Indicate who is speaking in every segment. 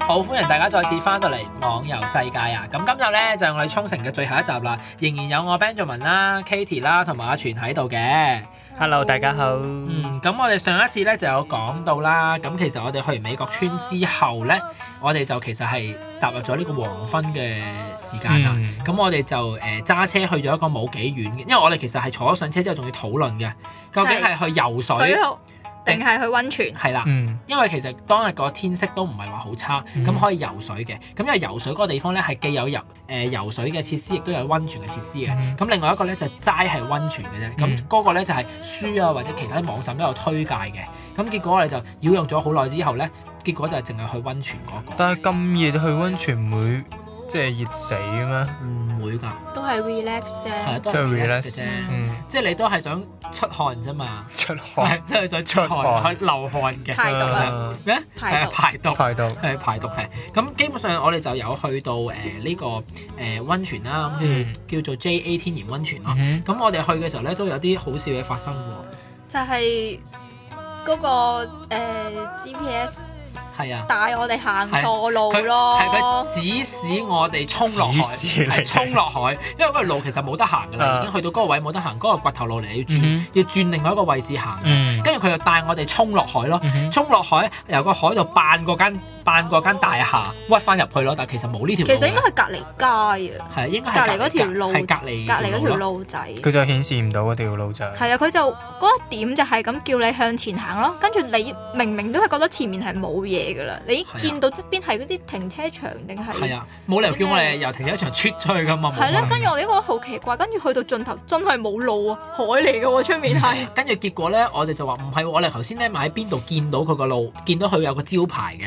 Speaker 1: 好，歡迎大家再次翻到嚟網遊世界啊！咁今日咧就係我哋沖繩嘅最後一集啦，仍然有我 Benjamin 啦、Katie 啦同埋阿全喺度嘅。
Speaker 2: Hello，大家好。
Speaker 1: 嗯，咁我哋上一次咧就有講到啦，咁其實我哋去完美國村之後咧，我哋就其實係踏入咗呢個黃昏嘅時間啦。
Speaker 2: 嗯
Speaker 1: 咁、我哋就誒揸、車去咗一個冇幾遠嘅，因為我哋其實係坐咗上車之後仲要討論嘅，究竟係去游
Speaker 3: 水
Speaker 1: 水
Speaker 3: 浴定係去温泉？
Speaker 1: 係啦。
Speaker 2: 嗯，
Speaker 1: 因為其實當日個天色都唔係話好差，
Speaker 2: 嗯
Speaker 1: 咁、可以游水嘅。咁因為游水嗰個地方咧係既有游誒、呃游水嘅設施，亦都有温泉嘅設施嘅。
Speaker 2: 嗯
Speaker 1: 咁、另外一個咧就齋係温泉嘅啫。
Speaker 2: 嗯
Speaker 1: 咁嗰個咧就係書啊或者其他啲網站都有推介嘅。咁結果我哋就擾用咗好耐之後咧，結果就係淨係去温泉嗰、個。
Speaker 2: 但係咁熱去温泉唔會即係熱死嘅咩？
Speaker 1: 唔會㗎，
Speaker 3: 都係 relax
Speaker 1: 係啊
Speaker 3: 啫。
Speaker 1: 都
Speaker 2: 都
Speaker 1: 係
Speaker 2: 係
Speaker 1: relax
Speaker 2: relax
Speaker 1: 嘅啫。
Speaker 2: 嗯，
Speaker 1: 即係你都係想出汗啫嘛，
Speaker 2: 出汗
Speaker 1: 係都係想出汗，
Speaker 2: 汗
Speaker 1: 去流汗嘅
Speaker 3: 排毒
Speaker 2: 啊
Speaker 1: 咩？
Speaker 3: 排
Speaker 1: 係
Speaker 3: 毒
Speaker 1: 啊 排毒。
Speaker 2: 排到。
Speaker 1: 係排毒係，咁基本上我哋就有去到誒呢、個誒温、泉啦，咁
Speaker 2: 嗯
Speaker 1: 佢叫做 JA 天然温泉咯。
Speaker 2: 嗯
Speaker 1: 咁、我哋去嘅時候咧，都有啲好笑嘢發生喎。
Speaker 3: 就係嗰個呃 GPS
Speaker 1: 係啊，
Speaker 3: 帶我哋行錯路
Speaker 1: 佢係佢
Speaker 3: 咯。
Speaker 1: 指使我哋衝落海，
Speaker 2: 指使你
Speaker 1: 係衝落海，因為嗰個路其實冇得行㗎啦，
Speaker 2: 啊
Speaker 1: 已經去到嗰個位冇得行，嗰、個掘頭路嚟，要轉、
Speaker 2: 嗯哼
Speaker 1: 要轉另外一個位置行嘅。
Speaker 2: 嗯
Speaker 1: 跟住佢就帶我哋衝落海咯。
Speaker 2: 嗯哼
Speaker 1: 衝落海，由個海度扮嗰間扮嗰間大廈屈翻入去咯，但其實冇呢條路
Speaker 3: 其
Speaker 1: 嘅。
Speaker 3: 實應該係隔離街啊，
Speaker 1: 係應該係
Speaker 3: 隔離嗰條路
Speaker 1: 係隔離
Speaker 3: 隔離
Speaker 1: 條
Speaker 3: 嗰條
Speaker 1: 路啊咯。
Speaker 3: 路仔。
Speaker 2: 佢就顯示唔到嗰條路就係。
Speaker 3: 係啊，佢就嗰一點就係咁叫你向前行咯，跟住你明明都係覺得前面係冇嘢噶啦，你
Speaker 1: 係啊
Speaker 3: 見到側邊係嗰啲停車場定
Speaker 1: 係
Speaker 3: 係
Speaker 1: 啊，冇理由叫我哋由停車場出出去噶嘛。冇可
Speaker 3: 係
Speaker 1: 能
Speaker 3: 啦，跟住我哋覺得好奇怪，跟住去到盡頭真係冇路啊，海嚟嘅喎，出面係。
Speaker 1: 跟住結果咧，我哋就話唔嗯係喎，我哋頭先咧咪喺邊度見到佢個路，見到佢有個招牌嘅。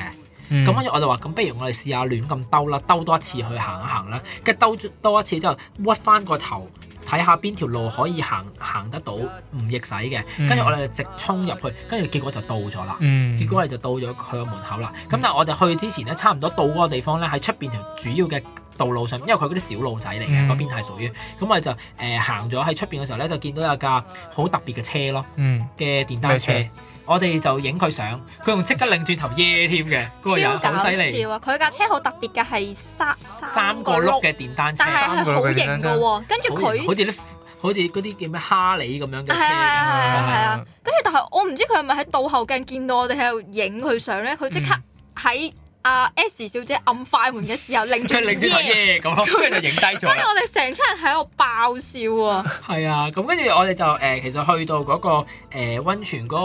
Speaker 2: 嗯
Speaker 1: 咁跟住我就話，咁不如我哋試下亂咁兜啦，兜多一次去行一行啦。跟住兜多一次之後，屈翻個頭睇下邊條路可以行行得到唔逆駛嘅。
Speaker 2: 嗯
Speaker 1: 跟住我哋就直衝入去，跟住結果就到咗啦。
Speaker 2: 嗯，
Speaker 1: 結果我哋就到咗佢個門口啦。咁但係我哋去之前咧，差唔多到嗰個地方咧，喺出邊條主要嘅道路上，因為佢嗰啲小路仔嚟嘅，
Speaker 2: 嗯
Speaker 1: 嗰、邊係屬於。咁我哋就誒行咗喺出邊嘅時候咧，就見到有架好特別嘅車咯，
Speaker 2: 嗯
Speaker 1: 嘅電單車
Speaker 2: 咩車。
Speaker 1: 我哋就影佢相，佢仲即刻擰轉頭耶添嘅，嗰個人
Speaker 3: 超搞
Speaker 1: 好犀利，
Speaker 3: 笑啊！佢架車好特別嘅係三
Speaker 1: 三個轆，嘅電單車，
Speaker 3: 但係係
Speaker 2: 三個
Speaker 3: 好
Speaker 2: 轆嘅
Speaker 3: 型
Speaker 2: 電單
Speaker 3: 嘅
Speaker 2: 車
Speaker 3: 喎。跟住
Speaker 1: 好
Speaker 3: 佢
Speaker 1: 似好似啲好似嗰啲叫咩哈利咁樣嘅車，
Speaker 3: 係啊係啊係
Speaker 2: 係
Speaker 3: 啊
Speaker 2: 啊，
Speaker 3: 跟住但係我唔知佢係咪喺倒後鏡見到我哋喺度影佢相咧，佢即刻喺阿 S 小姐按快門嘅時候 擰
Speaker 1: 佢
Speaker 3: 住
Speaker 1: 擰轉頭
Speaker 3: 耶！
Speaker 1: 耶咁咯，跟住就影低咗
Speaker 3: 跟
Speaker 1: 啦
Speaker 3: 住。我哋成車人喺度爆笑啊！
Speaker 1: 係啊，咁跟住我哋就誒、呃其實去到嗰、個誒温、泉嗰、個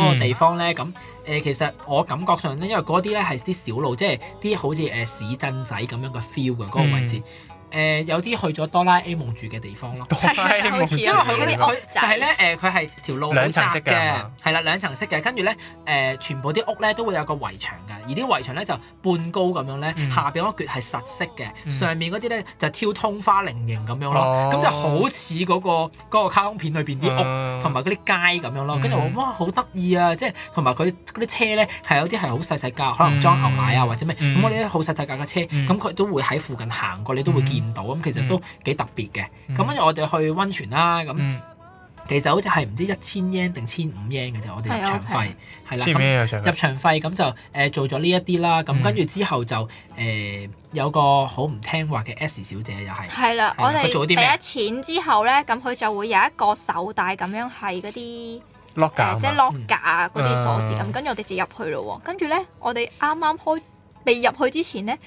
Speaker 1: 嗰個
Speaker 2: 嗯
Speaker 1: 地方咧，咁誒、呃其實我感覺上咧，因為嗰啲咧係啲小路，即係啲好似誒、呃市鎮仔咁樣嘅 feel 嘅嗰、個位置。誒、有啲去咗哆啦 A 夢住嘅地方咯，
Speaker 2: 哆啦 A 夢住
Speaker 1: 因為佢嗰
Speaker 3: 有
Speaker 1: 啲
Speaker 3: 啲
Speaker 1: 佢
Speaker 3: 屋
Speaker 1: 就
Speaker 3: 仔
Speaker 1: 係咧誒，佢係條路好
Speaker 2: 兩
Speaker 1: 窄
Speaker 2: 層式㗎係
Speaker 1: 嘅
Speaker 2: 嘛，
Speaker 1: 係啦兩層式嘅，跟住咧誒全部啲屋咧都會有個圍牆嘅，而啲圍牆咧就半高咁樣咧，
Speaker 2: 嗯
Speaker 1: 下邊嗰橛係實色嘅，
Speaker 2: 嗯
Speaker 1: 上面嗰啲咧就挑通花菱形咁樣咯
Speaker 2: 哦，
Speaker 1: 咁、就好似嗰、個嗰個卡通片裏邊啲屋。
Speaker 2: 屋
Speaker 1: 同埋嗰啲街咁樣咯，跟住我
Speaker 2: 嗯
Speaker 1: 哇好得意啊！即係同埋佢嗰啲車咧係有啲係好細細架，可能裝牛奶啊
Speaker 2: 嗯
Speaker 1: 或者咩咁
Speaker 2: 嗯
Speaker 1: 嗰啲好細細架嘅車，
Speaker 2: 嗯
Speaker 1: 咁佢都會喺附近行過，你都會
Speaker 2: 嗯
Speaker 1: 見到咁，其實都幾特別嘅。
Speaker 2: 嗯
Speaker 1: 咁跟住我哋去温泉啦，咁
Speaker 2: 嗯，
Speaker 1: 其實好似係唔知一千 yen 定千五 yen 嘅啫，我哋入
Speaker 3: 係啊
Speaker 1: 場費係啦
Speaker 2: 黐。咩又上
Speaker 1: 入？場費咁就誒、呃做咗呢一啲啦，咁
Speaker 2: 嗯
Speaker 1: 跟住之後就誒、呃有個好唔聽話嘅 S 小姐又係
Speaker 3: 係啦，
Speaker 1: 係
Speaker 3: 我
Speaker 1: 啦
Speaker 3: 哋
Speaker 1: 佢做啲
Speaker 3: 俾
Speaker 1: 咩啊
Speaker 3: 咗錢之後咧，咁佢就會有一個手帶咁樣係嗰啲。
Speaker 2: 落架
Speaker 3: 誒，呃即係 lock 架嗰啲鎖匙咁，
Speaker 2: 嗯
Speaker 3: 跟住我哋就入去咯喎。跟住咧，我哋啱啱開未入去之前咧，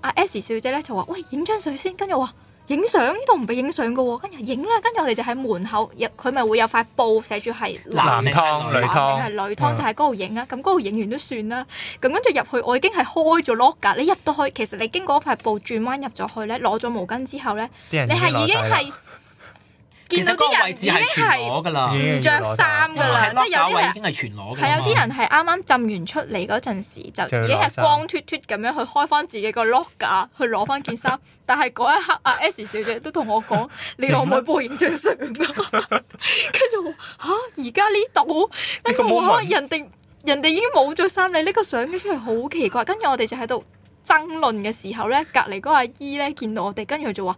Speaker 3: 阿 S 小姐咧就話：喂，影張相先。跟住我話影相呢度唔俾影相嘅喎。跟住影啦。跟住我哋就喺門口，入佢咪會有塊布寫住係
Speaker 1: 男
Speaker 2: 男
Speaker 1: 定係
Speaker 2: 湯
Speaker 1: 女
Speaker 2: 女
Speaker 3: 定係
Speaker 2: 湯，
Speaker 3: 女湯，
Speaker 2: 嗯
Speaker 3: 就喺嗰度影啦。啊咁嗰度影完都算啦。咁跟住入去，我已經係開咗 lock 架。你入到去，其實你經過塊布轉彎入咗去咧，攞咗毛巾之後咧，
Speaker 2: 啲
Speaker 1: 嗯
Speaker 2: 人
Speaker 3: 你係已經係
Speaker 1: 其
Speaker 3: 見
Speaker 1: 到嗰
Speaker 3: 到啲
Speaker 1: 個
Speaker 3: 人
Speaker 1: 位
Speaker 3: 已
Speaker 1: 置
Speaker 3: 經
Speaker 1: 係全
Speaker 3: 係
Speaker 1: 裸㗎啦。
Speaker 2: 已經
Speaker 3: 唔着衫㗎啦，
Speaker 1: 因
Speaker 3: 即
Speaker 1: 為
Speaker 3: 係有啲
Speaker 1: 位
Speaker 3: 人
Speaker 1: 已。經係全裸㗎啦
Speaker 3: 係有啲人
Speaker 1: 嘛
Speaker 3: 係啱啱浸完出嚟嗰陣時，就
Speaker 2: 就
Speaker 3: 已經
Speaker 2: 要攞
Speaker 3: 係
Speaker 2: 衫
Speaker 3: 光脱脱咁樣去開翻自己個 locker 去攞翻 件衫。但係嗰一刻，阿 S 小姐都同我講：你可唔可以幫我影張相啊？跟住我吓，而家呢度，跟住我話
Speaker 2: 呢
Speaker 3: 人哋人哋已經冇着衫，你呢個相嘅出嚟好奇怪。跟住我哋就喺度爭論嘅時候咧，隔離嗰個阿姨咧見到我哋，跟住佢就話。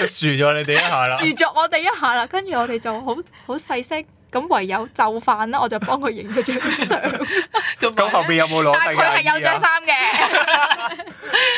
Speaker 2: 就豎咗你哋一下啦。啊
Speaker 3: 豎咗我哋一下啦，跟住我哋就好好細聲咁咁唯有就範啦，我就幫佢影咗張相。
Speaker 2: 咁後面有冇
Speaker 3: 但
Speaker 2: 攞
Speaker 3: 係
Speaker 2: 替
Speaker 3: 佢
Speaker 2: 阿
Speaker 3: 係有
Speaker 2: 姨
Speaker 3: 着
Speaker 2: 啊？
Speaker 3: 衫嘅，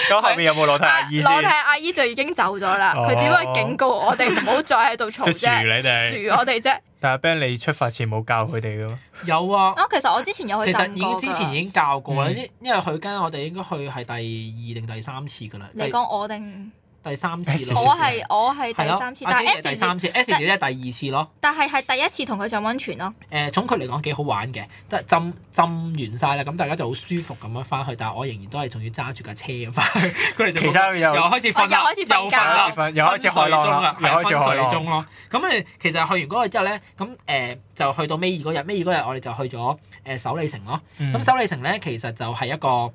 Speaker 2: 咁後面有冇攞替阿
Speaker 1: 啊
Speaker 2: 姨
Speaker 3: 裸體
Speaker 2: 先？
Speaker 3: 阿姨就已經走咗啦。
Speaker 2: 哦
Speaker 3: 佢只不過警告我哋唔好再喺度嘈
Speaker 2: 即
Speaker 3: 啫，
Speaker 2: 係樹你哋
Speaker 3: 樹我哋啫。
Speaker 2: 但係 Ben，你出發前冇教佢哋噶嘛？
Speaker 1: 有啊，
Speaker 3: 啊，其實我之前有去
Speaker 1: 其
Speaker 3: 震
Speaker 1: 實已
Speaker 3: 過
Speaker 1: 經
Speaker 3: 㗎
Speaker 1: 之前已經教過啦，
Speaker 2: 嗯
Speaker 1: 因因為佢跟我哋應該去係第二定第三次噶啦，
Speaker 3: 你
Speaker 1: 第
Speaker 3: 講我定
Speaker 1: 第三次
Speaker 2: 少
Speaker 1: 啦
Speaker 3: 我
Speaker 2: 少。
Speaker 3: 係我係
Speaker 1: 係咯
Speaker 3: 第三次，，
Speaker 1: 阿
Speaker 3: 但
Speaker 1: K 係
Speaker 3: 係 S
Speaker 1: 第
Speaker 3: 小
Speaker 1: 三次，S 小姐係第二次咯。
Speaker 3: 但係係第一次同佢浸温泉咯。
Speaker 1: 誒，總括嚟講幾好玩嘅，即係浸浸完晒啦，咁大家就好舒服咁樣翻去，但係我仍然都係仲要揸住架車咁翻去，佢哋就
Speaker 2: 其他又
Speaker 1: 又開始瞓啦，
Speaker 3: 哦又開始瞓
Speaker 1: 又
Speaker 3: 覺
Speaker 1: 瞓啦，
Speaker 2: 又開始海浪啦
Speaker 1: 分水鐘
Speaker 2: 又開始
Speaker 1: 係
Speaker 2: 海
Speaker 1: 分
Speaker 2: 浪
Speaker 1: 水鐘咯。咁誒，其實去完嗰日之後咧，咁誒、呃就去到尾二嗰日，尾二嗰日我哋就去咗誒、呃首里城咯。
Speaker 2: 嗯
Speaker 1: 咁首里城咧，其實就係一個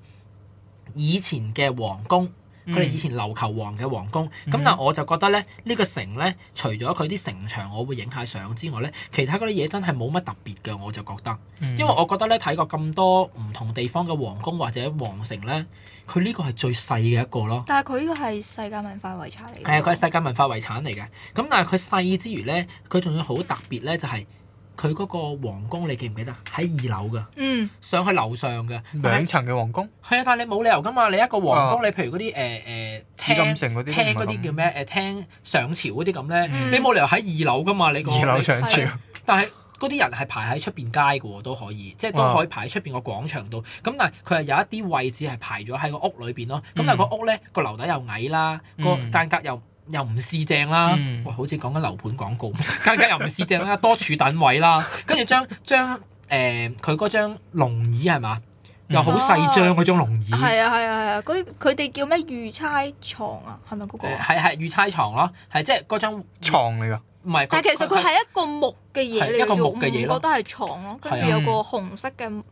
Speaker 1: 以前嘅皇宮，佢哋以前琉球王嘅皇宮。咁、
Speaker 2: 嗯
Speaker 1: 但我就覺得咧，呢、個城咧，除咗佢啲城牆我會影下相之外咧，其他嗰啲嘢真係冇乜特別嘅，我就覺得。
Speaker 2: 嗯
Speaker 1: 因為我覺得咧，睇過咁多唔同地方嘅皇宮或者皇城咧，佢呢個係最細嘅一個咯。
Speaker 3: 但係佢呢個係世界文化遺產
Speaker 1: 誒，
Speaker 3: 嚟嘅。
Speaker 1: 佢係世界文化遺產嚟嘅。咁但係佢細之餘咧，佢仲要好特別咧，就係佢嗰個皇宮，你記唔記得？喺二樓㗎，
Speaker 3: 嗯，
Speaker 1: 上去樓上㗎。但係
Speaker 2: 嗯兩層嘅皇宮，
Speaker 1: 係啊，但係你冇理由噶嘛！你一個皇宮，
Speaker 2: 啊
Speaker 1: 你譬如嗰啲誒誒
Speaker 2: 紫禁
Speaker 1: 廳
Speaker 2: 城嗰啲
Speaker 1: 廳嗰
Speaker 2: 唔
Speaker 1: 啲
Speaker 2: 係咁
Speaker 1: 叫咩？誒廳上朝嗰啲咁咧，
Speaker 3: 嗯
Speaker 1: 你冇理由喺二樓噶嘛！你個
Speaker 2: 二樓
Speaker 1: 你
Speaker 2: 上朝
Speaker 3: 係。
Speaker 1: 但係啊嗰啲人係排喺出邊街嘅喎，都可以，即係都
Speaker 2: 哇
Speaker 1: 可以排喺出邊個廣場度。咁但係佢係有一啲位置係排咗喺個屋裏邊咯。咁但係個屋咧個樓底又矮啦，個
Speaker 2: 嗯
Speaker 1: 間隔又又唔試正啦
Speaker 2: 嗯。
Speaker 1: 哇！好似講緊樓盤廣告， 間隔又唔試正啦，多柱等位啦，跟住將將誒佢嗰張龍椅係嘛，
Speaker 2: 嗯
Speaker 1: 又好細張嗰張龍椅。
Speaker 3: 係啊係啊係啊，嗰啲佢哋叫咩御差床啊，係咪嗰個
Speaker 1: 誒
Speaker 3: 啊？
Speaker 1: 係係御差床咯，係即係嗰張唔
Speaker 2: 床嚟㗎，
Speaker 1: 係。
Speaker 3: 但係其實佢係一個木嘅嘢嚟
Speaker 1: 係一
Speaker 3: 嘅
Speaker 1: 個
Speaker 3: 啫，
Speaker 1: 木
Speaker 3: 唔
Speaker 1: 嘅嘢
Speaker 3: 覺
Speaker 1: 咯
Speaker 3: 得係床咯，跟
Speaker 1: 係
Speaker 3: 住
Speaker 1: 啊
Speaker 3: 有個紅色嘅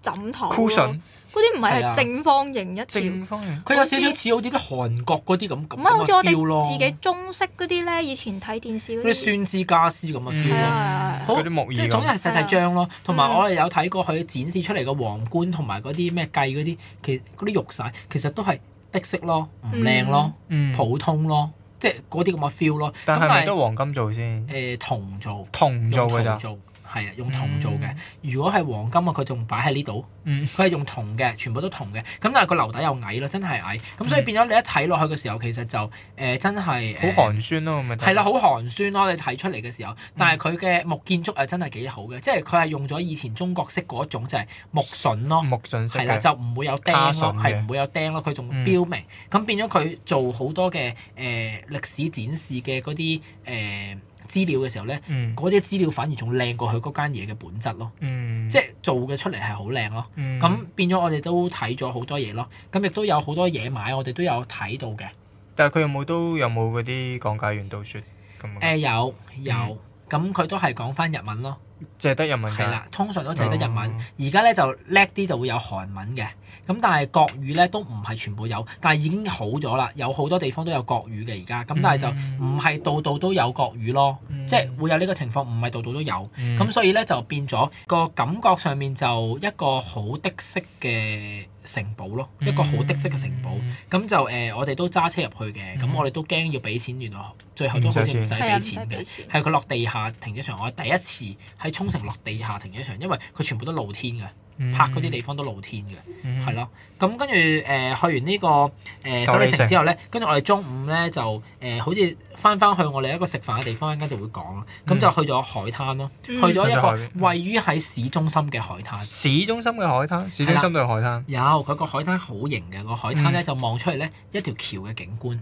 Speaker 3: 枕頭咯
Speaker 2: cushion
Speaker 3: 嗰啲唔係
Speaker 1: 係啊
Speaker 3: 係正方形一條，
Speaker 2: 正方形，
Speaker 1: 佢有少少似好似啲韓國嗰啲咁咁
Speaker 3: 唔係好
Speaker 1: 咁
Speaker 3: 似我
Speaker 1: 嘅 feel 咯，
Speaker 3: 哋自己中式嗰啲咧，以前睇電視
Speaker 1: 嗰
Speaker 3: 嗰
Speaker 1: 啲
Speaker 3: 啲。
Speaker 1: 酸枝家私咁嘅 feel
Speaker 3: 係
Speaker 1: 咯。
Speaker 3: 啊係啊係啊
Speaker 1: 嗯好
Speaker 2: 嗯嗰啲木
Speaker 1: 即
Speaker 2: 耳
Speaker 1: 係總之
Speaker 2: 咁，
Speaker 1: 係細細張咯，同埋
Speaker 3: 嗯
Speaker 1: 我哋有睇過佢展示出嚟嘅皇冠同埋嗰啲咩計嗰啲，其嗰啲玉璽其實都係的色咯，唔靚咯，
Speaker 2: 嗯，
Speaker 1: 普通咯，即係嗰啲咁嘅 feel 咯。
Speaker 2: 但係咪
Speaker 1: 咁
Speaker 2: 都黃金做先？
Speaker 1: 但係誒銅做，
Speaker 2: 銅做
Speaker 1: 用
Speaker 2: 㗎
Speaker 1: 銅
Speaker 2: 咋？
Speaker 1: 做係啊，用銅做嘅
Speaker 2: 嗯。
Speaker 1: 如果係黃金啊，佢仲擺喺呢度，
Speaker 2: 嗯
Speaker 1: 佢係用銅嘅，全部都銅嘅。咁但係個樓底又矮咯，真係矮。
Speaker 2: 嗯
Speaker 1: 咁所以變咗你一睇落去嘅時候，其實就誒真係
Speaker 2: 好
Speaker 1: 誒
Speaker 2: 寒酸咯，咪
Speaker 1: 係啦，好寒酸咯！你睇出嚟嘅時候，但係佢嘅木建築係真係幾好嘅，即係佢係用咗以前中國式嗰種就係木筍咯，
Speaker 2: 木筍色
Speaker 1: 係啦，
Speaker 2: 嘅，
Speaker 1: 就唔會有釘咯
Speaker 2: 卡榫，嘅
Speaker 1: 係唔會有釘咯，佢仲
Speaker 2: 嗯
Speaker 1: 標明，咁、變咗佢做好多嘅誒歷史展示嘅嗰啲誒資料嘅時候咧，
Speaker 2: 嗯
Speaker 1: 嗰啲資料反而仲靚過佢嗰間嘢嘅本質咯，
Speaker 2: 嗯，
Speaker 1: 即係做嘅出嚟係好靚咯。
Speaker 2: 嗯
Speaker 1: 咁變咗我哋都睇咗好多嘢咯，咁亦都有好多嘢買，我哋都有睇到嘅。
Speaker 2: 但係佢有冇都有冇嗰啲講解員導説
Speaker 1: 誒、
Speaker 2: 咁啊？
Speaker 1: 有有，咁佢都係講翻日文咯。
Speaker 2: 淨係得日文
Speaker 1: 係
Speaker 2: 㗎，
Speaker 1: 啦，通常都淨係得日文
Speaker 2: 哦。
Speaker 1: 而家咧就叻啲就會有韓文嘅，咁但係國語咧都唔係全部有，但係已經好咗啦。有好多地方都有國語嘅而家，咁但係就唔係度度都有國語咯，
Speaker 2: 嗯
Speaker 1: 即係會有呢個情況，唔係度度都有。咁、
Speaker 2: 嗯
Speaker 1: 所以咧就變咗個感覺上面就一個好的式嘅城堡咯，
Speaker 2: 嗯
Speaker 1: 一個好的式嘅城堡。咁就誒、呃我哋都揸車入去嘅，咁、
Speaker 2: 嗯
Speaker 1: 我哋都驚要俾錢，原來最後都好似唔
Speaker 2: 唔
Speaker 1: 使
Speaker 2: 使
Speaker 3: 錢係
Speaker 1: 俾
Speaker 3: 啊唔使
Speaker 1: 錢
Speaker 3: 俾
Speaker 1: 嘅，
Speaker 3: 錢
Speaker 1: 係佢落地下停車場。我第一次喺沖繩落地下停車場，因為佢全部都露天嘅，
Speaker 2: 嗯
Speaker 1: 拍嗰啲地方都露天嘅，係
Speaker 2: 啦，
Speaker 1: 咯、咁跟住誒去完呢、個呃誒首
Speaker 2: 首
Speaker 1: 里
Speaker 2: 里
Speaker 1: 城
Speaker 2: 城
Speaker 1: 之後咧，跟住我哋中午咧就誒、呃好似翻翻去我哋一個食飯嘅地方，一陣間就會講啦。咁
Speaker 2: 嗯
Speaker 1: 就去咗海灘咯，
Speaker 3: 嗯
Speaker 1: 去咗
Speaker 2: 去咗海
Speaker 1: 一
Speaker 2: 邊
Speaker 1: 個位於喺市中心嘅海灘。
Speaker 2: 市中心嘅海灘，市中心都有海灘，
Speaker 1: 有佢個海灘好型嘅，個海灘咧
Speaker 2: 嗯
Speaker 1: 就望出嚟咧一條橋嘅景觀。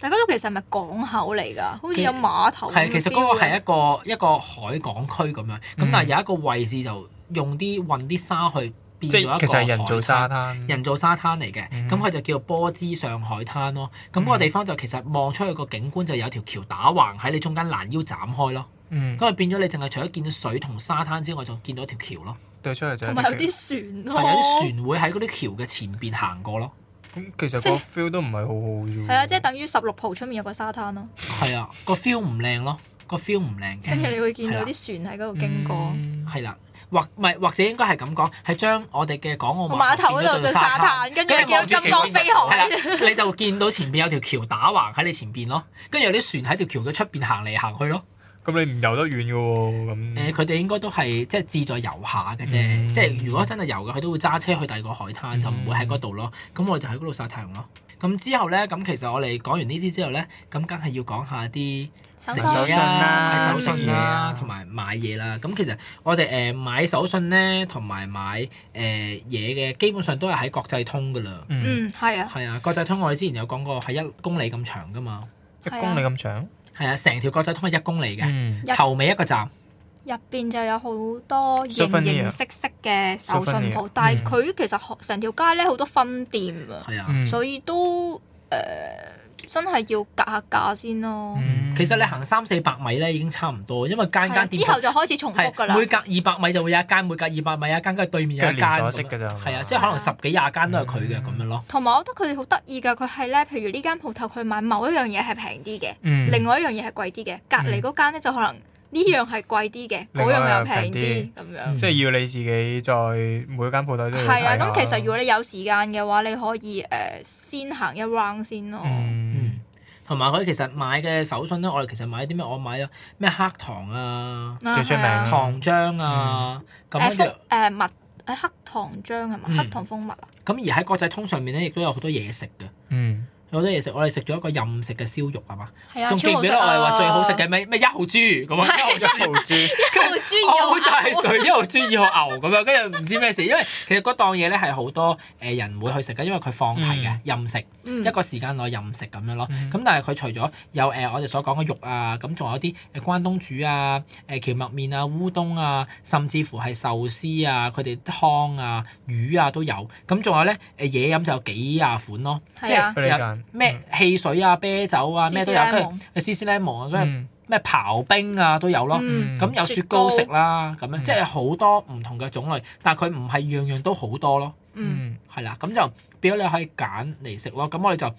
Speaker 3: 但係嗰度其實係咪港口嚟㗎？好似有碼哦頭咁
Speaker 1: 係，啊
Speaker 3: 嘅
Speaker 1: 其實嗰個
Speaker 3: feel 嘅嗯
Speaker 1: 係一個一個海港區咁樣，咁、但係有一個位置就用啲運啲沙去變咗
Speaker 2: 即
Speaker 1: 一個
Speaker 2: 係其實係人造
Speaker 1: 海
Speaker 2: 沙
Speaker 1: 灘。
Speaker 2: 灘，
Speaker 1: 人造沙灘嚟嘅，
Speaker 2: 嗯
Speaker 1: 咁佢、就叫波之上海灘咯。咁、個地方就其實望出去個景觀就有條橋打橫喺你中間攔腰斬開咯。
Speaker 2: 嗯，
Speaker 1: 咁啊變咗你淨係除咗見到水同沙灘之外，仲見到條橋咯。
Speaker 2: 對出嚟就係
Speaker 3: 同埋有啲船
Speaker 1: 係
Speaker 3: 咯，
Speaker 1: 有啲船會喺嗰啲橋嘅前邊行過咯。
Speaker 2: 咁其實
Speaker 3: 即
Speaker 2: 個
Speaker 3: 係
Speaker 2: feel 都唔係好好啫喎。
Speaker 3: 係啊，即係等於十六浦出面有個沙灘咯，
Speaker 1: 係啊，個 feel 唔靚咯，個 feel 唔靚嘅。
Speaker 3: 跟住你會
Speaker 1: 啊
Speaker 3: 見到啲船喺嗰度經過，
Speaker 2: 嗯
Speaker 1: 係啦，或唔係或者應該係咁講，係將我哋嘅港澳
Speaker 3: 個碼頭嗰度就沙灘，跟住你見到
Speaker 1: 江
Speaker 3: 金剛飛哎航喺
Speaker 1: 你就見到前邊有條橋打橫喺你前邊咯，跟住有啲船喺條橋嘅出邊行嚟行去咯，
Speaker 2: 咁你唔游得遠嘅喎，咁
Speaker 1: 誒佢哋應該都係即係志在遊下嘅啫，
Speaker 2: 嗯
Speaker 1: 即係如果真係遊嘅，佢都會揸車去第二個海灘，就唔會喺嗰度咯。咁我就喺嗰度曬太陽咯。咁之後咧，咁其實我哋講完呢啲之後咧，咁梗係要講下啲
Speaker 3: 手
Speaker 2: 成
Speaker 3: 信啊
Speaker 2: 手信
Speaker 1: 買
Speaker 2: 啦
Speaker 1: 啊手信啦，
Speaker 2: 買嘢啊
Speaker 1: 同埋買嘢啦。咁其實我哋誒、呃買手信咧，同埋買誒嘢嘅，基本上都係喺國際通噶啦。
Speaker 2: 嗯
Speaker 3: 嗯，係啊，
Speaker 1: 係啊，國際通我哋之前有講過係一公里咁長噶嘛。
Speaker 2: 一公里咁長，
Speaker 1: 係啊，成條國際通係一公里嘅，
Speaker 2: 嗯
Speaker 3: 一
Speaker 1: 頭尾一個站。
Speaker 3: 入邊就有好多
Speaker 2: Souvenir
Speaker 3: 形形色色嘅手信
Speaker 2: Souvenir，
Speaker 3: 鋪，但
Speaker 2: 嗯
Speaker 3: 係佢其實學成條街咧好多分店啊，
Speaker 1: 係啊。
Speaker 2: 嗯
Speaker 3: 所以都誒、真係要格下價先咯。
Speaker 2: 嗯
Speaker 1: 其實你行三四百米咧已經差唔多，因為間
Speaker 3: 係啊
Speaker 1: 間店
Speaker 3: 之後就開始重複㗎啦
Speaker 1: 係。每隔二百米就會有一間，每隔二百米有一間，跟住對面有一間
Speaker 2: 跟
Speaker 1: 咁
Speaker 2: 住連
Speaker 1: 樣。
Speaker 2: 鎖式㗎咋
Speaker 1: 係啊，即係可能十幾廿間都係佢嘅
Speaker 2: 嗯
Speaker 1: 咁樣咯。
Speaker 3: 同埋我覺得佢哋好得意㗎，佢係咧，譬如呢間鋪頭佢買某一樣嘢係平啲嘅，
Speaker 2: 嗯
Speaker 3: 另外一樣嘢係貴啲
Speaker 1: 嗯
Speaker 3: 嘅，隔離嗰間咧就可能呢樣係貴啲嘅，
Speaker 2: 另
Speaker 3: 嗰
Speaker 2: 外
Speaker 3: 樣
Speaker 2: 又
Speaker 3: 又平
Speaker 2: 平
Speaker 3: 啲咁
Speaker 1: 嗯
Speaker 3: 樣。
Speaker 2: 即係要你自己再每間鋪頭都要
Speaker 3: 係啊，
Speaker 2: 睇下
Speaker 3: 咁其實如果你有時間嘅話，你可以誒、呃先行一 round 先咯。
Speaker 2: 嗯
Speaker 1: 嗯，同埋佢其實買嘅手信咧，我哋其實買啲咩？我買咗咩黑糖啊、
Speaker 3: 啊
Speaker 2: 最出名
Speaker 3: 係啊
Speaker 1: 糖漿啊，咁
Speaker 3: 誒
Speaker 1: 跟住
Speaker 3: 蜂誒蜜誒黑糖漿係嘛？
Speaker 1: 嗯
Speaker 3: 黑糖蜂蜜啊，
Speaker 1: 咁而喺國際通上面咧，亦都有好多嘢食嘅。
Speaker 2: 嗯
Speaker 1: 有好多嘢食，我哋食咗一個任食嘅燒肉係嘛？
Speaker 3: 係啊，
Speaker 1: 仲記
Speaker 3: 超
Speaker 1: 唔
Speaker 3: 好
Speaker 1: 記
Speaker 3: 食
Speaker 1: 得我哋
Speaker 3: 啊！
Speaker 1: 話最好食嘅咩咩一號豬咁啊？一號豬
Speaker 2: 豪豬
Speaker 3: 好啊中
Speaker 1: 哦好
Speaker 3: 意我
Speaker 1: 晒嘴，一號豬二號牛咁樣，跟住唔知咩事，因為其實嗰檔嘢咧係好多誒人會去食嘅，因為佢放題嘅
Speaker 2: 嗯
Speaker 1: 任食，
Speaker 3: 嗯
Speaker 1: 一個時間內任食咁樣咯。
Speaker 2: 嗯
Speaker 1: 咁但係佢除咗有誒我哋所講嘅肉啊，咁仲有啲誒關東煮啊、誒蕎麥麵啊、烏冬啊，甚至乎係壽司啊、佢哋湯啊、魚啊都有。咁仲有咧誒嘢飲就有幾廿款咯，即
Speaker 3: 係啊
Speaker 2: 俾你
Speaker 1: 係有
Speaker 2: 揀
Speaker 1: 咩汽水啊、啤酒啊咩都有，跟住
Speaker 3: CC
Speaker 1: C C lemon 啊，跟住
Speaker 2: 嗯
Speaker 1: 咩刨冰啊都有咯。
Speaker 3: 嗯
Speaker 1: 咁有雪糕食啦，咁樣
Speaker 2: 嗯
Speaker 1: 即係好多唔同嘅種類，但係佢唔係樣樣都好多咯，
Speaker 3: 嗯
Speaker 1: 係啦，咁就變咗你可以揀嚟食咯。咁我哋就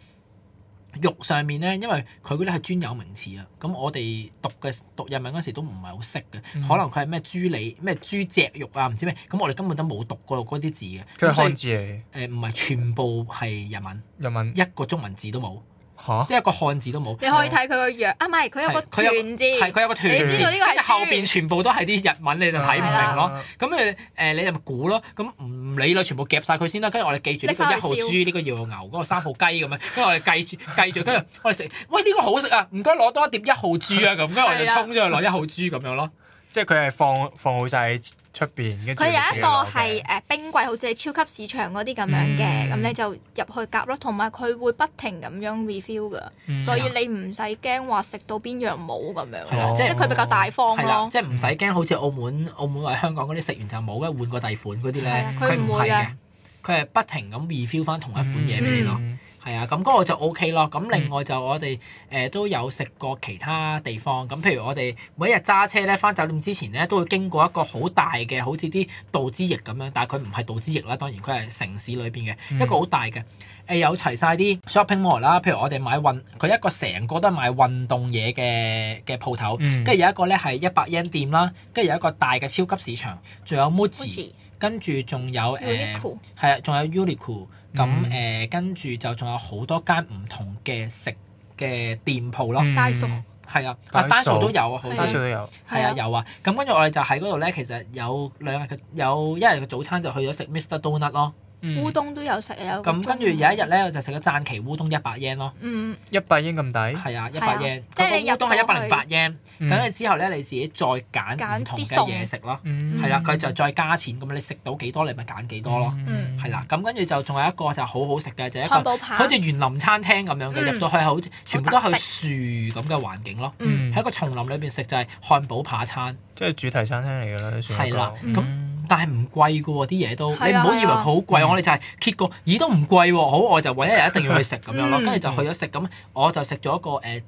Speaker 1: 肉上面咧，因為佢嗰啲係專有名詞啊，咁我哋讀嘅讀日文嗰時都唔係好識嘅，
Speaker 2: 嗯
Speaker 1: 可能佢係咩豬脷、咩豬脊肉啊，唔知咩，咁我哋根本都冇讀過嗰啲字嘅，
Speaker 2: 佢
Speaker 1: 咁
Speaker 2: 係
Speaker 1: 所以
Speaker 2: 漢字嚟，
Speaker 1: 誒唔係全部係日文，
Speaker 2: 日文
Speaker 1: 一個中文字都冇，
Speaker 2: 嚇
Speaker 1: 即係一個漢字都冇。
Speaker 3: 你可以睇佢個樣啊，唔係佢有個
Speaker 1: 係佢有
Speaker 3: 團字，
Speaker 1: 係佢有個團字，
Speaker 3: 你知道呢個係
Speaker 1: 跟住後
Speaker 3: 豬
Speaker 1: 邊全部都係啲日文，你就睇唔明咯。。咁誒誒，你就咪估咯，咁唔理啦，全部夾晒佢先啦。跟住我哋記住呢個
Speaker 3: 拎
Speaker 1: 一
Speaker 3: 返去
Speaker 1: 號
Speaker 3: 燒
Speaker 1: 豬，呢個二號牛，嗰個三號雞咁樣。跟住我哋計住計住，跟住我哋食，喂呢個好食啊！唔該攞多一碟一號豬 啊咁。跟住我哋就
Speaker 3: 係啦
Speaker 1: 衝咗去攞一號豬咁樣咯。
Speaker 2: 即係佢係放放好晒喺出邊，跟住
Speaker 3: 佢有
Speaker 2: 你自
Speaker 3: 一
Speaker 2: 己
Speaker 3: 個
Speaker 2: 攞嘅
Speaker 3: 係誒冰櫃，好似係超級市場嗰啲咁樣
Speaker 2: 嗯
Speaker 3: 嘅，咁你就入去夾咯。同埋佢會不停咁樣 review 噶，
Speaker 2: 嗯
Speaker 3: 所以你唔使驚話食到邊樣冇咁樣
Speaker 1: 啊係啦
Speaker 3: 咯，
Speaker 1: 即
Speaker 3: 即
Speaker 1: 係
Speaker 3: 係佢比較大方
Speaker 1: 係啦
Speaker 3: 咯，。
Speaker 1: 即係唔使驚，好似澳門、澳門或者香港嗰啲食完就冇嘅，換個第二款嗰啲
Speaker 3: 係
Speaker 1: 咧
Speaker 3: 啊，
Speaker 1: 佢
Speaker 3: 佢
Speaker 1: 唔
Speaker 3: 唔
Speaker 1: 係
Speaker 3: 會
Speaker 1: 嘅
Speaker 3: 啊，
Speaker 1: 佢係不停咁 review 翻同一款嘢俾你咯。
Speaker 2: 嗯
Speaker 1: 係啊，咁嗰個就 O K 咯。咁另外就我哋誒、呃都有食過其他地方。咁譬如我哋每一日揸車咧，翻酒店之前咧，都會經過一個好大嘅，好似啲道之翼咁樣，但係佢唔係道之翼啦，當然佢係城市裏邊嘅一個好大嘅。誒有齊晒啲 shopping mall 啦，譬如我哋買運，佢一個成個都係賣運動嘢嘅嘅鋪頭，
Speaker 2: 嗯
Speaker 1: 跟住、有一個咧係一百 yen 店啦，跟住有一個大嘅超級市場，仲有 Muji，
Speaker 3: Muji
Speaker 1: 跟住仲有誒。呃
Speaker 3: Uniqlo
Speaker 1: 係啊，仲有 Uniqlo，
Speaker 2: 嗯
Speaker 1: 咁誒跟住就仲有好多間唔同嘅食嘅店鋪咯，
Speaker 2: 嗯
Speaker 3: 大數
Speaker 1: 係啊，啊
Speaker 2: 單
Speaker 1: 單
Speaker 2: 數
Speaker 1: 數都有啊，好多
Speaker 3: 係啊
Speaker 2: 單數都有，
Speaker 1: 係
Speaker 3: 係
Speaker 1: 啊
Speaker 3: 啊，
Speaker 1: 有啊，咁跟住我哋就喺嗰度咧，其實有兩日嘅有一日嘅早餐就去咗食 Mr Donut 咯，
Speaker 3: 烏冬都有食有個
Speaker 1: 嗯咁跟住有一日咧我就食咗讚岐烏冬一百 yen 咯，
Speaker 3: 嗯
Speaker 2: 一百英咁抵，
Speaker 1: 係啊一
Speaker 3: 係
Speaker 1: 百
Speaker 3: 啊
Speaker 1: yen，
Speaker 3: 即
Speaker 1: 佢
Speaker 3: 係
Speaker 1: 個
Speaker 3: 你入
Speaker 1: 烏冬係一百零八
Speaker 3: 到
Speaker 1: yen，
Speaker 2: 嗯
Speaker 1: 咁你之後咧你自己再揀唔
Speaker 3: 揀
Speaker 1: 同
Speaker 3: 啲
Speaker 1: 嘅
Speaker 3: 餸
Speaker 1: 嘢食咯，
Speaker 2: 嗯
Speaker 1: 係啦，佢就再加錢咁，你食到幾多你咪揀幾多咯，
Speaker 3: 嗯
Speaker 1: 係啦，咁跟住就仲有一個就好好食嘅就係一個
Speaker 3: 漢。堡扒
Speaker 1: 好似園林餐廳咁樣嘅，
Speaker 3: 嗯
Speaker 1: 入到去係好似全部都係樹咁嘅環境咯。
Speaker 3: 嗯
Speaker 1: 喺一個叢林裏邊食就係漢堡扒餐，
Speaker 2: 即係主題餐廳嚟㗎啦，算
Speaker 1: 係啦。
Speaker 2: 一個
Speaker 1: 咁但係唔貴嘅喎，啲嘢都你
Speaker 3: 係
Speaker 1: 唔
Speaker 3: 啊嗯
Speaker 1: 好以為佢好貴，
Speaker 2: 啊
Speaker 1: 我哋就係揭過，咦都唔貴喎，好我就揾一日一定要去食咁樣 咯，
Speaker 3: 嗯
Speaker 1: 跟住就去咗食咁，我就食咗一個誒誒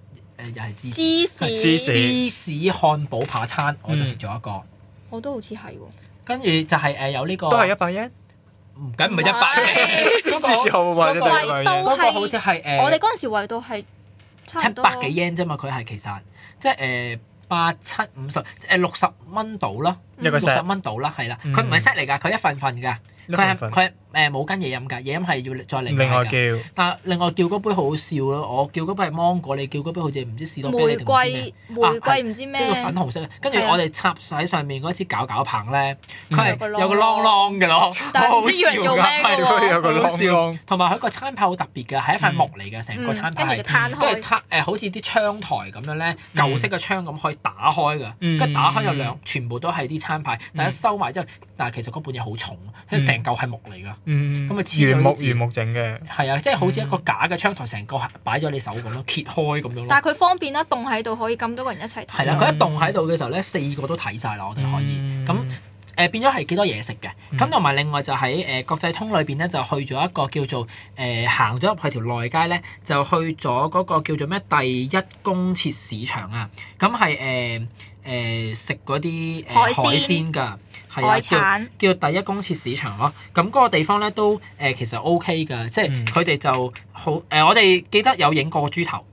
Speaker 1: 又係芝士
Speaker 3: 芝
Speaker 2: 芝
Speaker 3: 士
Speaker 2: 士
Speaker 3: 嗯
Speaker 1: 芝士漢堡扒餐，我就食咗一個，
Speaker 3: 我都好似係喎，
Speaker 1: 跟住就係誒有呢個
Speaker 2: 都係一百英，
Speaker 1: 唔緊唔係一百嘅，嗰個
Speaker 2: 芝士好或者
Speaker 1: 嗰個
Speaker 2: 對一百英
Speaker 3: 都係
Speaker 1: 嗰個好似係誒
Speaker 3: 我哋嗰陣時圍到係差
Speaker 1: 七
Speaker 3: 唔多
Speaker 1: 百幾 yen 啫嘛，佢係其實即係誒八七五十誒六十蚊到啦，
Speaker 2: 一個
Speaker 1: 六十
Speaker 2: set，
Speaker 1: 蚊到啦，係啦，
Speaker 2: 嗯
Speaker 1: 佢唔係 set 嚟㗎，佢一份份㗎，
Speaker 2: 一
Speaker 1: 佢係
Speaker 2: 份份
Speaker 1: 佢係誒冇跟嘢飲㗎，嘢飲係要再另
Speaker 2: 另外
Speaker 1: 嗌㗎。
Speaker 2: 叫
Speaker 1: 但另外叫嗰杯好好笑咯，我叫嗰杯係芒果，你叫嗰杯好似唔知士多啤梨
Speaker 3: 玫
Speaker 1: 定唔知咩
Speaker 3: 瑰玫瑰唔知
Speaker 1: 啊
Speaker 3: 咩
Speaker 1: 即係個粉紅色，跟住
Speaker 3: 係啊
Speaker 1: 我哋插喺上面嗰支搞搞棒咧，佢係
Speaker 3: 嗯
Speaker 1: 有個啷啷嘅咯，
Speaker 3: 但係唔知
Speaker 1: 好好
Speaker 3: 要嚟做咩
Speaker 1: 笑㗎
Speaker 3: 嘅
Speaker 1: 係
Speaker 3: 喎
Speaker 2: 有個
Speaker 1: 好好
Speaker 2: 啷
Speaker 1: 笑
Speaker 2: 啷
Speaker 1: 同埋佢個餐牌好特別嘅，係一塊木嚟嘅，成個餐
Speaker 3: 嗯跟住
Speaker 1: 牌
Speaker 3: 就
Speaker 1: 係。
Speaker 3: 攤
Speaker 1: 跟住
Speaker 3: 開，嗯
Speaker 1: 攤誒，好似啲窗台咁樣咧，舊式嘅窗咁可以打開嘅，
Speaker 2: 嗯
Speaker 1: 跟住打開有兩，全部都係啲餐牌，
Speaker 3: 嗯
Speaker 1: 但係一收埋之後，但係其實嗰本嘢好重，因為成嚿係木嚟㗎，
Speaker 2: 嗯，
Speaker 1: 咁咪黐咗
Speaker 2: 原木
Speaker 1: 啲字
Speaker 2: 原木整嘅，
Speaker 1: 係啊，即係好
Speaker 3: 嗯
Speaker 1: 似一個假嘅窗台，成個擺咗你手咁咯，揭開咁樣咯
Speaker 3: 但。係佢方便啦，凍喺度可以咁多個人一齊睇
Speaker 1: 係
Speaker 3: 咯。
Speaker 1: 啦，佢一棟喺度嘅時候咧，四個都睇晒啦，我哋可以
Speaker 2: 嗯
Speaker 1: 咁。誒、呃變咗係幾多嘢食嘅，咁同埋另外就喺誒、國際通裏邊咧，就去咗一個叫做誒行咗入去條內街咧，就去咗嗰個叫做咩第一公設市場啊，咁係誒誒食嗰啲誒
Speaker 3: 海鮮
Speaker 1: 海鮮㗎，係啊
Speaker 3: 海
Speaker 1: 叫
Speaker 3: 產
Speaker 1: 叫第一公設市場咯。咁嗰個地方咧都誒、其實 O K 㗎，即係
Speaker 2: 嗯
Speaker 1: 佢哋就好誒、我哋記得有影過個豬頭。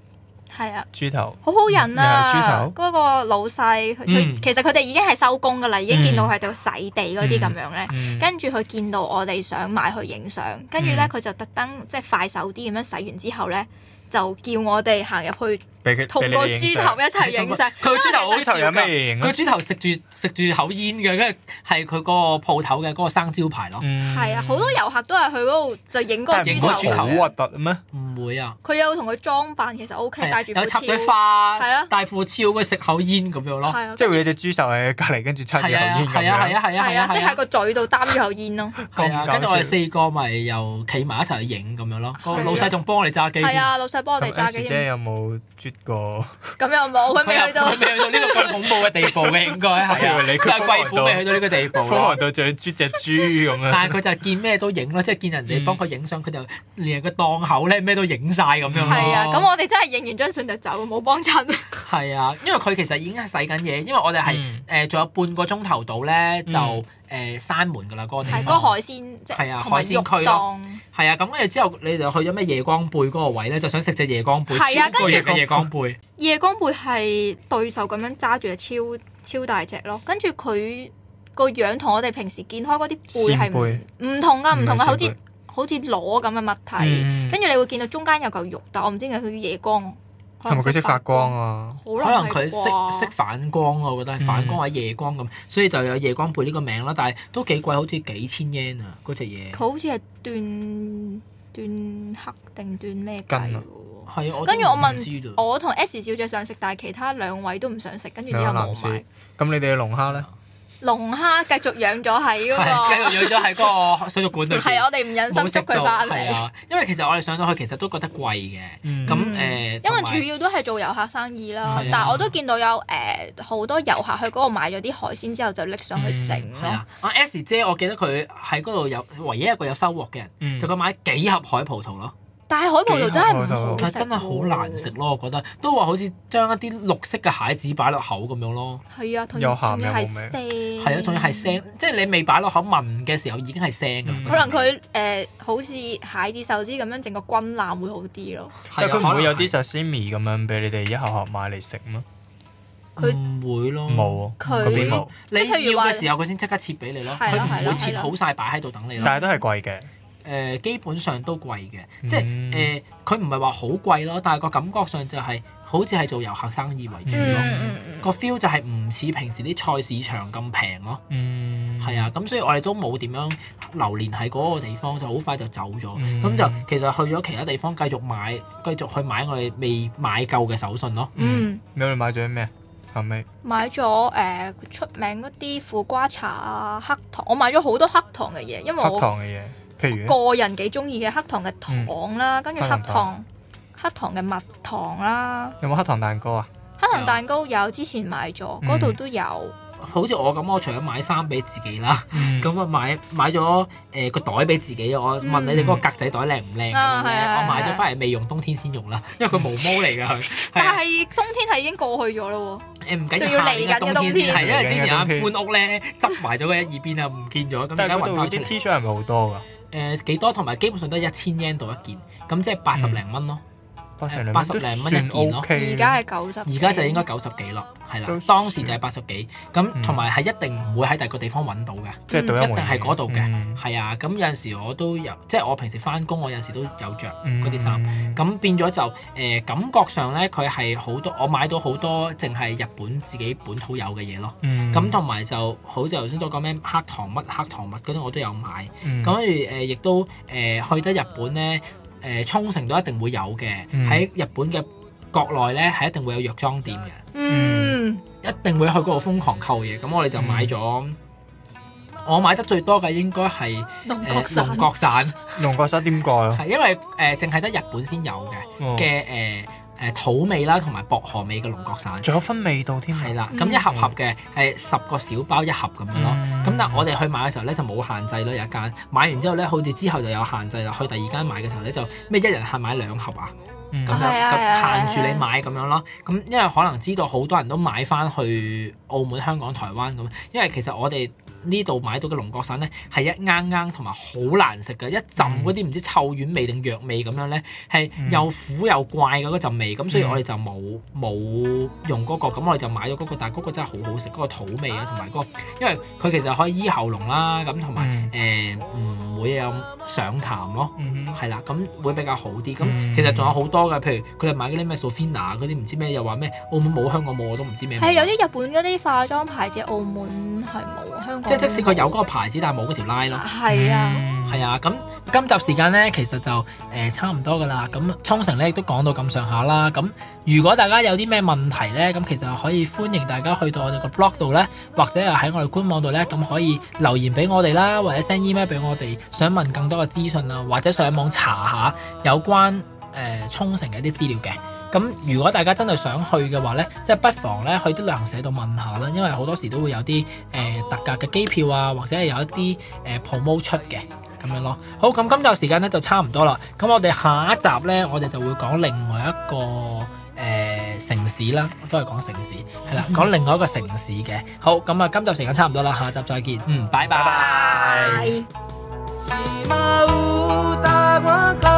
Speaker 3: 係啊。
Speaker 2: 豬頭
Speaker 3: 好好人啊！
Speaker 2: 嗯又係豬
Speaker 3: 嗰個老細，佢
Speaker 1: 嗯
Speaker 3: 佢其實佢哋已經係收工噶啦，已經
Speaker 2: 嗯
Speaker 3: 見到佢哋喺度洗地嗰啲咁樣咧。
Speaker 2: 嗯
Speaker 3: 跟住佢見到我哋想買去影相，跟住咧
Speaker 2: 嗯
Speaker 3: 佢就特登即係快手啲咁樣洗完之後咧，就叫我哋行入去
Speaker 2: 俾佢
Speaker 3: 同
Speaker 2: 俾你
Speaker 3: 個
Speaker 2: 哋影
Speaker 3: 豬
Speaker 2: 相
Speaker 3: 頭一齊 影相。
Speaker 1: 佢個豬頭好
Speaker 2: 豬頭
Speaker 1: 笑
Speaker 2: 有咩
Speaker 1: 㗎。
Speaker 2: 型
Speaker 1: 佢
Speaker 2: 啊？
Speaker 1: 豬頭食住食住口煙嘅，跟住係佢嗰個鋪頭嘅嗰個生招牌咯。
Speaker 2: 嗯
Speaker 3: 係啊，好多遊客都係去嗰度就影個
Speaker 2: 但係
Speaker 3: 豬
Speaker 2: 唔覺得
Speaker 1: 豬
Speaker 3: 頭
Speaker 1: 頭
Speaker 2: 好。啊核突咩？
Speaker 1: 唔會啊，
Speaker 3: 佢有同佢裝扮，其實 O K，
Speaker 1: 係
Speaker 3: 嗯戴
Speaker 1: 啊
Speaker 3: 住副
Speaker 1: 有
Speaker 3: 超
Speaker 1: 插朵花
Speaker 3: 係啊，
Speaker 1: 戴副超，跟住食口煙咁樣咯。
Speaker 3: 係啊，
Speaker 2: 即係會有隻豬手喺隔離，跟住抽住口
Speaker 1: 係啊，
Speaker 2: 煙咁
Speaker 1: 係啊，係
Speaker 2: 樣。
Speaker 1: 啊，係啊，
Speaker 3: 係
Speaker 1: 係
Speaker 3: 啊
Speaker 1: 啊，，
Speaker 3: 即係喺
Speaker 1: 係啊
Speaker 3: 個嘴度擔住口煙咯。
Speaker 1: 係啊。
Speaker 2: 咁搞
Speaker 1: 跟住我哋
Speaker 2: 笑
Speaker 1: 四個咪又企埋一齊去影咁樣咯。個
Speaker 3: 係啊
Speaker 1: 老細仲幫我哋揸機添。
Speaker 3: 係啊，老細幫我
Speaker 2: 咁
Speaker 3: 哋揸
Speaker 2: S
Speaker 3: 機
Speaker 2: 姐
Speaker 3: 添，
Speaker 2: 有冇啜過？
Speaker 3: 咁又冇，佢
Speaker 1: 佢
Speaker 3: 未
Speaker 1: 又
Speaker 3: 去
Speaker 1: 佢。
Speaker 3: 到
Speaker 1: 未去到呢個咁恐怖嘅地步嘅， 應該係
Speaker 2: 我以
Speaker 1: 啊，
Speaker 2: 為你
Speaker 1: 即係貴
Speaker 2: 佢瘋
Speaker 1: 婦
Speaker 2: 狂
Speaker 1: 未
Speaker 2: 到
Speaker 1: 去到呢個地步
Speaker 2: 瘋
Speaker 1: 咯
Speaker 2: 狂。到仲要啜只豬咁
Speaker 1: 但
Speaker 2: 樣。
Speaker 1: 係佢就係見咩都影咯，即係見人
Speaker 2: 嗯
Speaker 1: 哋幫佢影相，佢就連個檔口咧咩都影晒咁樣咯。
Speaker 3: 係啊，咁我哋真係影完張相就走，冇幫襯。
Speaker 1: 係啊，因為佢其實已經係洗緊嘢，因為我哋係
Speaker 2: 嗯
Speaker 1: 誒仲有半個鐘頭到咧就誒閂門㗎啦嗰個地
Speaker 3: 係嗰個
Speaker 1: 方。
Speaker 3: 海鮮即
Speaker 1: 係啊
Speaker 3: 係同埋
Speaker 1: 海鮮
Speaker 3: 肉
Speaker 1: 區咯
Speaker 3: 檔，
Speaker 1: 係啊，咁跟住之後你就去咗咩夜光貝嗰個位咧，就想食隻夜光貝，
Speaker 3: 係啊
Speaker 1: 超過
Speaker 3: 跟
Speaker 1: 夜
Speaker 3: 住
Speaker 1: 嘅夜光貝。
Speaker 3: 夜光貝係對手咁樣揸住隻超超大隻咯，跟住佢個樣同我哋平時見開嗰啲貝係
Speaker 2: 扇
Speaker 3: 唔
Speaker 2: 貝
Speaker 3: 唔同
Speaker 1: 嗯
Speaker 3: 噶，唔同
Speaker 2: 係
Speaker 3: 噶，好
Speaker 2: 扇
Speaker 3: 似
Speaker 2: 貝
Speaker 3: 好似螺咁嘅物體，
Speaker 2: 嗯
Speaker 3: 跟住你會見到中間有嚿肉，但我唔知點解佢叫夜光，可
Speaker 2: 係咪
Speaker 3: 能
Speaker 2: 嗰隻
Speaker 3: 識
Speaker 2: 發光，啊？
Speaker 3: 可
Speaker 1: 可能佢
Speaker 3: 識
Speaker 1: 識識反光咯，我覺得係反光或者夜光咁，所以就有夜光貝呢個名啦。但係都幾貴，好似幾千 yen 啊嗰隻嘢。
Speaker 3: 佢好似係斷斷黑定斷咩
Speaker 2: 筋
Speaker 3: 計
Speaker 2: 啊
Speaker 3: 喎？
Speaker 1: 係啊，
Speaker 3: 跟住我
Speaker 1: 都唔知
Speaker 3: 問
Speaker 1: 道啊
Speaker 3: 我同 S 小姐想食，但係其他兩位都唔想食，跟住之後
Speaker 2: 兩個男
Speaker 3: 冇
Speaker 2: 士
Speaker 3: 買。。
Speaker 2: 咁你哋嘅龍蝦咧？
Speaker 3: 龍蝦繼續養咗
Speaker 1: 係繼
Speaker 3: 喺嗰個，
Speaker 1: 續養咗喺嗰個水族館裏邊。
Speaker 3: 係我哋唔忍心
Speaker 1: 冇食
Speaker 3: 捉佢
Speaker 1: 到，
Speaker 3: 翻
Speaker 1: 係
Speaker 3: 嚟，
Speaker 1: 啊，因為其實我哋上到去其實都覺得貴嘅，
Speaker 2: 嗯
Speaker 1: 咁誒，
Speaker 3: 嗯因
Speaker 1: 同埋
Speaker 3: 為主要都係做遊客生意啦
Speaker 1: 係啊。
Speaker 3: 但係我都見到有誒好多遊客去嗰度買咗啲海鮮之後就拎上去整
Speaker 1: 係
Speaker 3: 咯
Speaker 1: 啊，，阿 S 姐我記得佢喺嗰度有唯一一個有收穫嘅人，
Speaker 2: 嗯
Speaker 1: 就佢買幾盒海葡萄咯，
Speaker 3: 但係海葡萄真係唔好
Speaker 2: 好
Speaker 1: 但
Speaker 3: 食，
Speaker 1: 係真係好難食。咯，我覺得都話好似將一啲綠色嘅蟹子擺落口咁樣咯，
Speaker 3: 係啊，同
Speaker 2: 又
Speaker 3: 仲
Speaker 2: 鹹
Speaker 3: 要係
Speaker 2: 又冇
Speaker 3: 腥，
Speaker 1: 係啊，仲要係。腥，即係你未擺落口聞嘅時候已經係腥㗎啦
Speaker 2: 嗯。
Speaker 3: 可能佢誒好似蟹子壽司咁樣整個軍艦會好啲咯。
Speaker 1: 係
Speaker 2: 但
Speaker 1: 啊
Speaker 2: 佢唔會有啲
Speaker 1: 可
Speaker 2: sashimi 咁樣俾你哋一盒盒買嚟食咩？
Speaker 1: 能
Speaker 3: 佢
Speaker 1: 係唔會咯，
Speaker 2: 冇啊喎，
Speaker 3: 佢
Speaker 2: 嗰邊冇，
Speaker 1: 你
Speaker 3: 即係譬如
Speaker 1: 要
Speaker 3: 話
Speaker 1: 嘅時候佢先即刻切俾你咯，
Speaker 3: 係
Speaker 1: 佢
Speaker 3: 咯
Speaker 1: 唔
Speaker 3: 係
Speaker 1: 會
Speaker 3: 咯
Speaker 1: 切
Speaker 3: 係咯
Speaker 1: 好晒擺喺度等你咯。
Speaker 2: 但係都係貴嘅。
Speaker 1: 誒、基本上都貴嘅，即
Speaker 2: 嗯
Speaker 1: 係誒佢唔係話好貴咯，但係個感覺上就係、好似係做遊客生意為主
Speaker 3: 嗯
Speaker 1: 咯，
Speaker 3: 嗯嗯，
Speaker 1: 個 feel 就係唔似平時啲菜市場咁平咯，
Speaker 2: 嗯，
Speaker 1: 係啊，咁所以我哋都冇點樣留連喺嗰個地方，就好快就走咗，咁、
Speaker 2: 嗯
Speaker 1: 就其實去咗其他地方繼續買，繼續去買我哋未買夠嘅手信咯，
Speaker 3: 嗯，
Speaker 2: 你哋買咗啲咩？後尾
Speaker 3: 買咗誒出名嗰啲苦瓜茶啊、黑糖，我買咗好多黑糖嘅嘢，因為
Speaker 2: 黑
Speaker 3: 我
Speaker 2: 糖嘅嘢，譬如
Speaker 3: 個人幾中意嘅黑糖嘅糖
Speaker 1: 嗯
Speaker 3: 啦，跟住黑
Speaker 2: 黑糖
Speaker 3: 糖黑糖嘅蜜糖啦，
Speaker 2: 有冇黑糖蛋糕啊？
Speaker 3: 黑糖蛋糕有之前買咗，
Speaker 2: 嗯
Speaker 3: 嗰度都有，
Speaker 1: 好似我咁，我除咗買衫俾自己啦，
Speaker 2: 嗯
Speaker 1: 咁啊買買咗誒個袋俾自己，我問你哋嗰
Speaker 2: 嗯
Speaker 1: 個格仔袋靚唔靚咁樣
Speaker 3: 啊
Speaker 1: 咧
Speaker 3: 係啊係啊
Speaker 1: 我買咗翻嚟未用，冬天先用啦，因為佢毛毛嚟㗎佢， 係
Speaker 3: 但
Speaker 1: 啊
Speaker 3: 係冬天係已經過去咗咯
Speaker 1: 誒唔緊
Speaker 3: 仲要
Speaker 1: 要，夏
Speaker 3: 嚟緊
Speaker 1: 天啊
Speaker 3: 嘅
Speaker 1: 冬
Speaker 3: 冬
Speaker 1: 天先
Speaker 3: 天
Speaker 1: 係，因為之前啊
Speaker 2: 嚟緊嘅冬天
Speaker 1: 搬屋咧執埋咗佢喺耳邊啊，唔見咗，咁而
Speaker 2: 但
Speaker 1: 家
Speaker 2: 係嗰
Speaker 1: 揾
Speaker 2: 度
Speaker 1: 翻
Speaker 2: 嗰
Speaker 1: 出
Speaker 2: 啲
Speaker 1: 嚟
Speaker 2: T 恤係咪好多㗎？
Speaker 1: 誒幾多，同埋基本上都係一千 yen 到一件，咁即係八十零蚊咯，
Speaker 3: 喎，
Speaker 2: 八十零
Speaker 1: 八
Speaker 2: 蚊
Speaker 1: 十
Speaker 2: 都
Speaker 1: 零蚊一
Speaker 2: 算
Speaker 1: 件咯
Speaker 2: OK 啊
Speaker 3: 而家係九十，
Speaker 1: 嗯而家就應該九十幾咯，係
Speaker 2: 都
Speaker 1: 啦
Speaker 2: 算。
Speaker 1: 當時就係八十幾，咁
Speaker 2: 嗯
Speaker 1: 同埋係一定唔會喺第二個地方揾到嘅，
Speaker 2: 即係對
Speaker 1: 嗯一定係嗰度嘅。
Speaker 2: 嗯
Speaker 1: 係啊，咁有陣時我都有，即係我平時翻工，我有陣時都有着
Speaker 2: 嗯
Speaker 1: 嗰啲衫。咁變咗就誒、呃感覺上咧，佢係好多我買到好多淨係日本自己本土有嘅嘢咯。
Speaker 2: 嗯
Speaker 1: 咁同埋就好似頭先所講咩黑糖乜黑糖乜嗰啲我都有買。
Speaker 2: 嗯
Speaker 1: 咁跟住誒亦都誒、呃去得日本咧，誒、沖繩都一定會有嘅。
Speaker 2: 嗯
Speaker 1: 喺、日本嘅國內咧係一定會有藥妝店嘅，
Speaker 3: 嗯，
Speaker 1: 一定會去嗰度瘋狂購嘢。咁我哋就買
Speaker 2: 嗯
Speaker 1: 咗。我買得最多嘅應該係
Speaker 3: 龍
Speaker 1: 誒
Speaker 3: 角散
Speaker 1: 龍，角散，
Speaker 2: 龍角沙點蓋啊？
Speaker 1: 係因為誒淨係得日本先有嘅。
Speaker 2: 哦
Speaker 1: 嘅誒誒土味啦，同埋薄荷味嘅龍角散，
Speaker 2: 仲有分味道添啊，
Speaker 1: 係啦，
Speaker 3: 嗯
Speaker 1: 咁一盒盒嘅係十個小包一盒咁樣咯。
Speaker 2: 嗯
Speaker 1: 咁但係我哋去買嘅時候咧就冇限制咯，有一間買完之後咧，好似之後就有限制啦。去第二間買嘅時候咧就咩一人限買兩盒啊，
Speaker 2: 嗯
Speaker 1: 咁
Speaker 3: 係啊係啊
Speaker 1: 樣咁限住你買咁樣咯。咁因為可能知道好多人都買翻去澳門、香港、台灣咁，因為其實我哋。呢度買到嘅龍角散咧，係一啱啱同埋好難食嘅，一浸嗰啲唔知臭丸味定藥味咁樣咧，係
Speaker 2: 嗯
Speaker 1: 又苦又怪嘅嗰陣味，咁所以
Speaker 2: 嗯
Speaker 1: 我哋就冇冇用嗰、個，咁我哋就買咗嗰、個，但係嗰個真係好好食，嗰、個土味啊，同埋嗰個，因為佢其實可以醫喉嚨啦，咁同埋
Speaker 3: 嗯
Speaker 1: 誒唔會有上痰咯。
Speaker 2: 嗯哼
Speaker 1: 係啦，咁會比較好啲。咁、
Speaker 2: 嗯
Speaker 1: 其實仲有好多嘅，譬如佢哋買嗰啲咩 Sofina 啊嗰啲，唔知咩又話咩澳門冇香港冇，我都唔知咩。
Speaker 3: 係有啲日本嗰啲化妝牌子，澳門係冇，香港
Speaker 1: 即係即使佢有嗰個牌子，但係冇嗰條拉咯。
Speaker 3: 係啊，
Speaker 2: 嗯
Speaker 1: 係啊，咁今集時間呢，其實就誒、呃差唔多噶啦。咁沖繩呢亦都講到咁上下啦。咁如果大家有啲咩問題呢，咁其實可以歡迎大家去到我哋個 blog 度呢，或者係喺我哋官網度呢，咁可以留言俾我哋啦，或者 send email 俾我哋，想問更多嘅資訊啊，或者上網查下有關誒、呃、沖繩嘅一啲資料嘅。咁如果大家真係想去嘅話呢，即係不妨呢去啲旅行社度問下啦，因為好多時都會有啲誒、呃特價嘅機票啊，或者係有一啲誒、呃 promo 出嘅。咁樣咯。好，咁今集時間咧就差唔多啦。咁我哋下一集咧，我哋就會講另外一個誒、呃城市啦，都係講城市，係 啦，講另外一個城市嘅。好，咁啊，今集時間差唔多啦，下集再見。嗯，拜拜
Speaker 3: 係。
Speaker 4: 「しまうたわか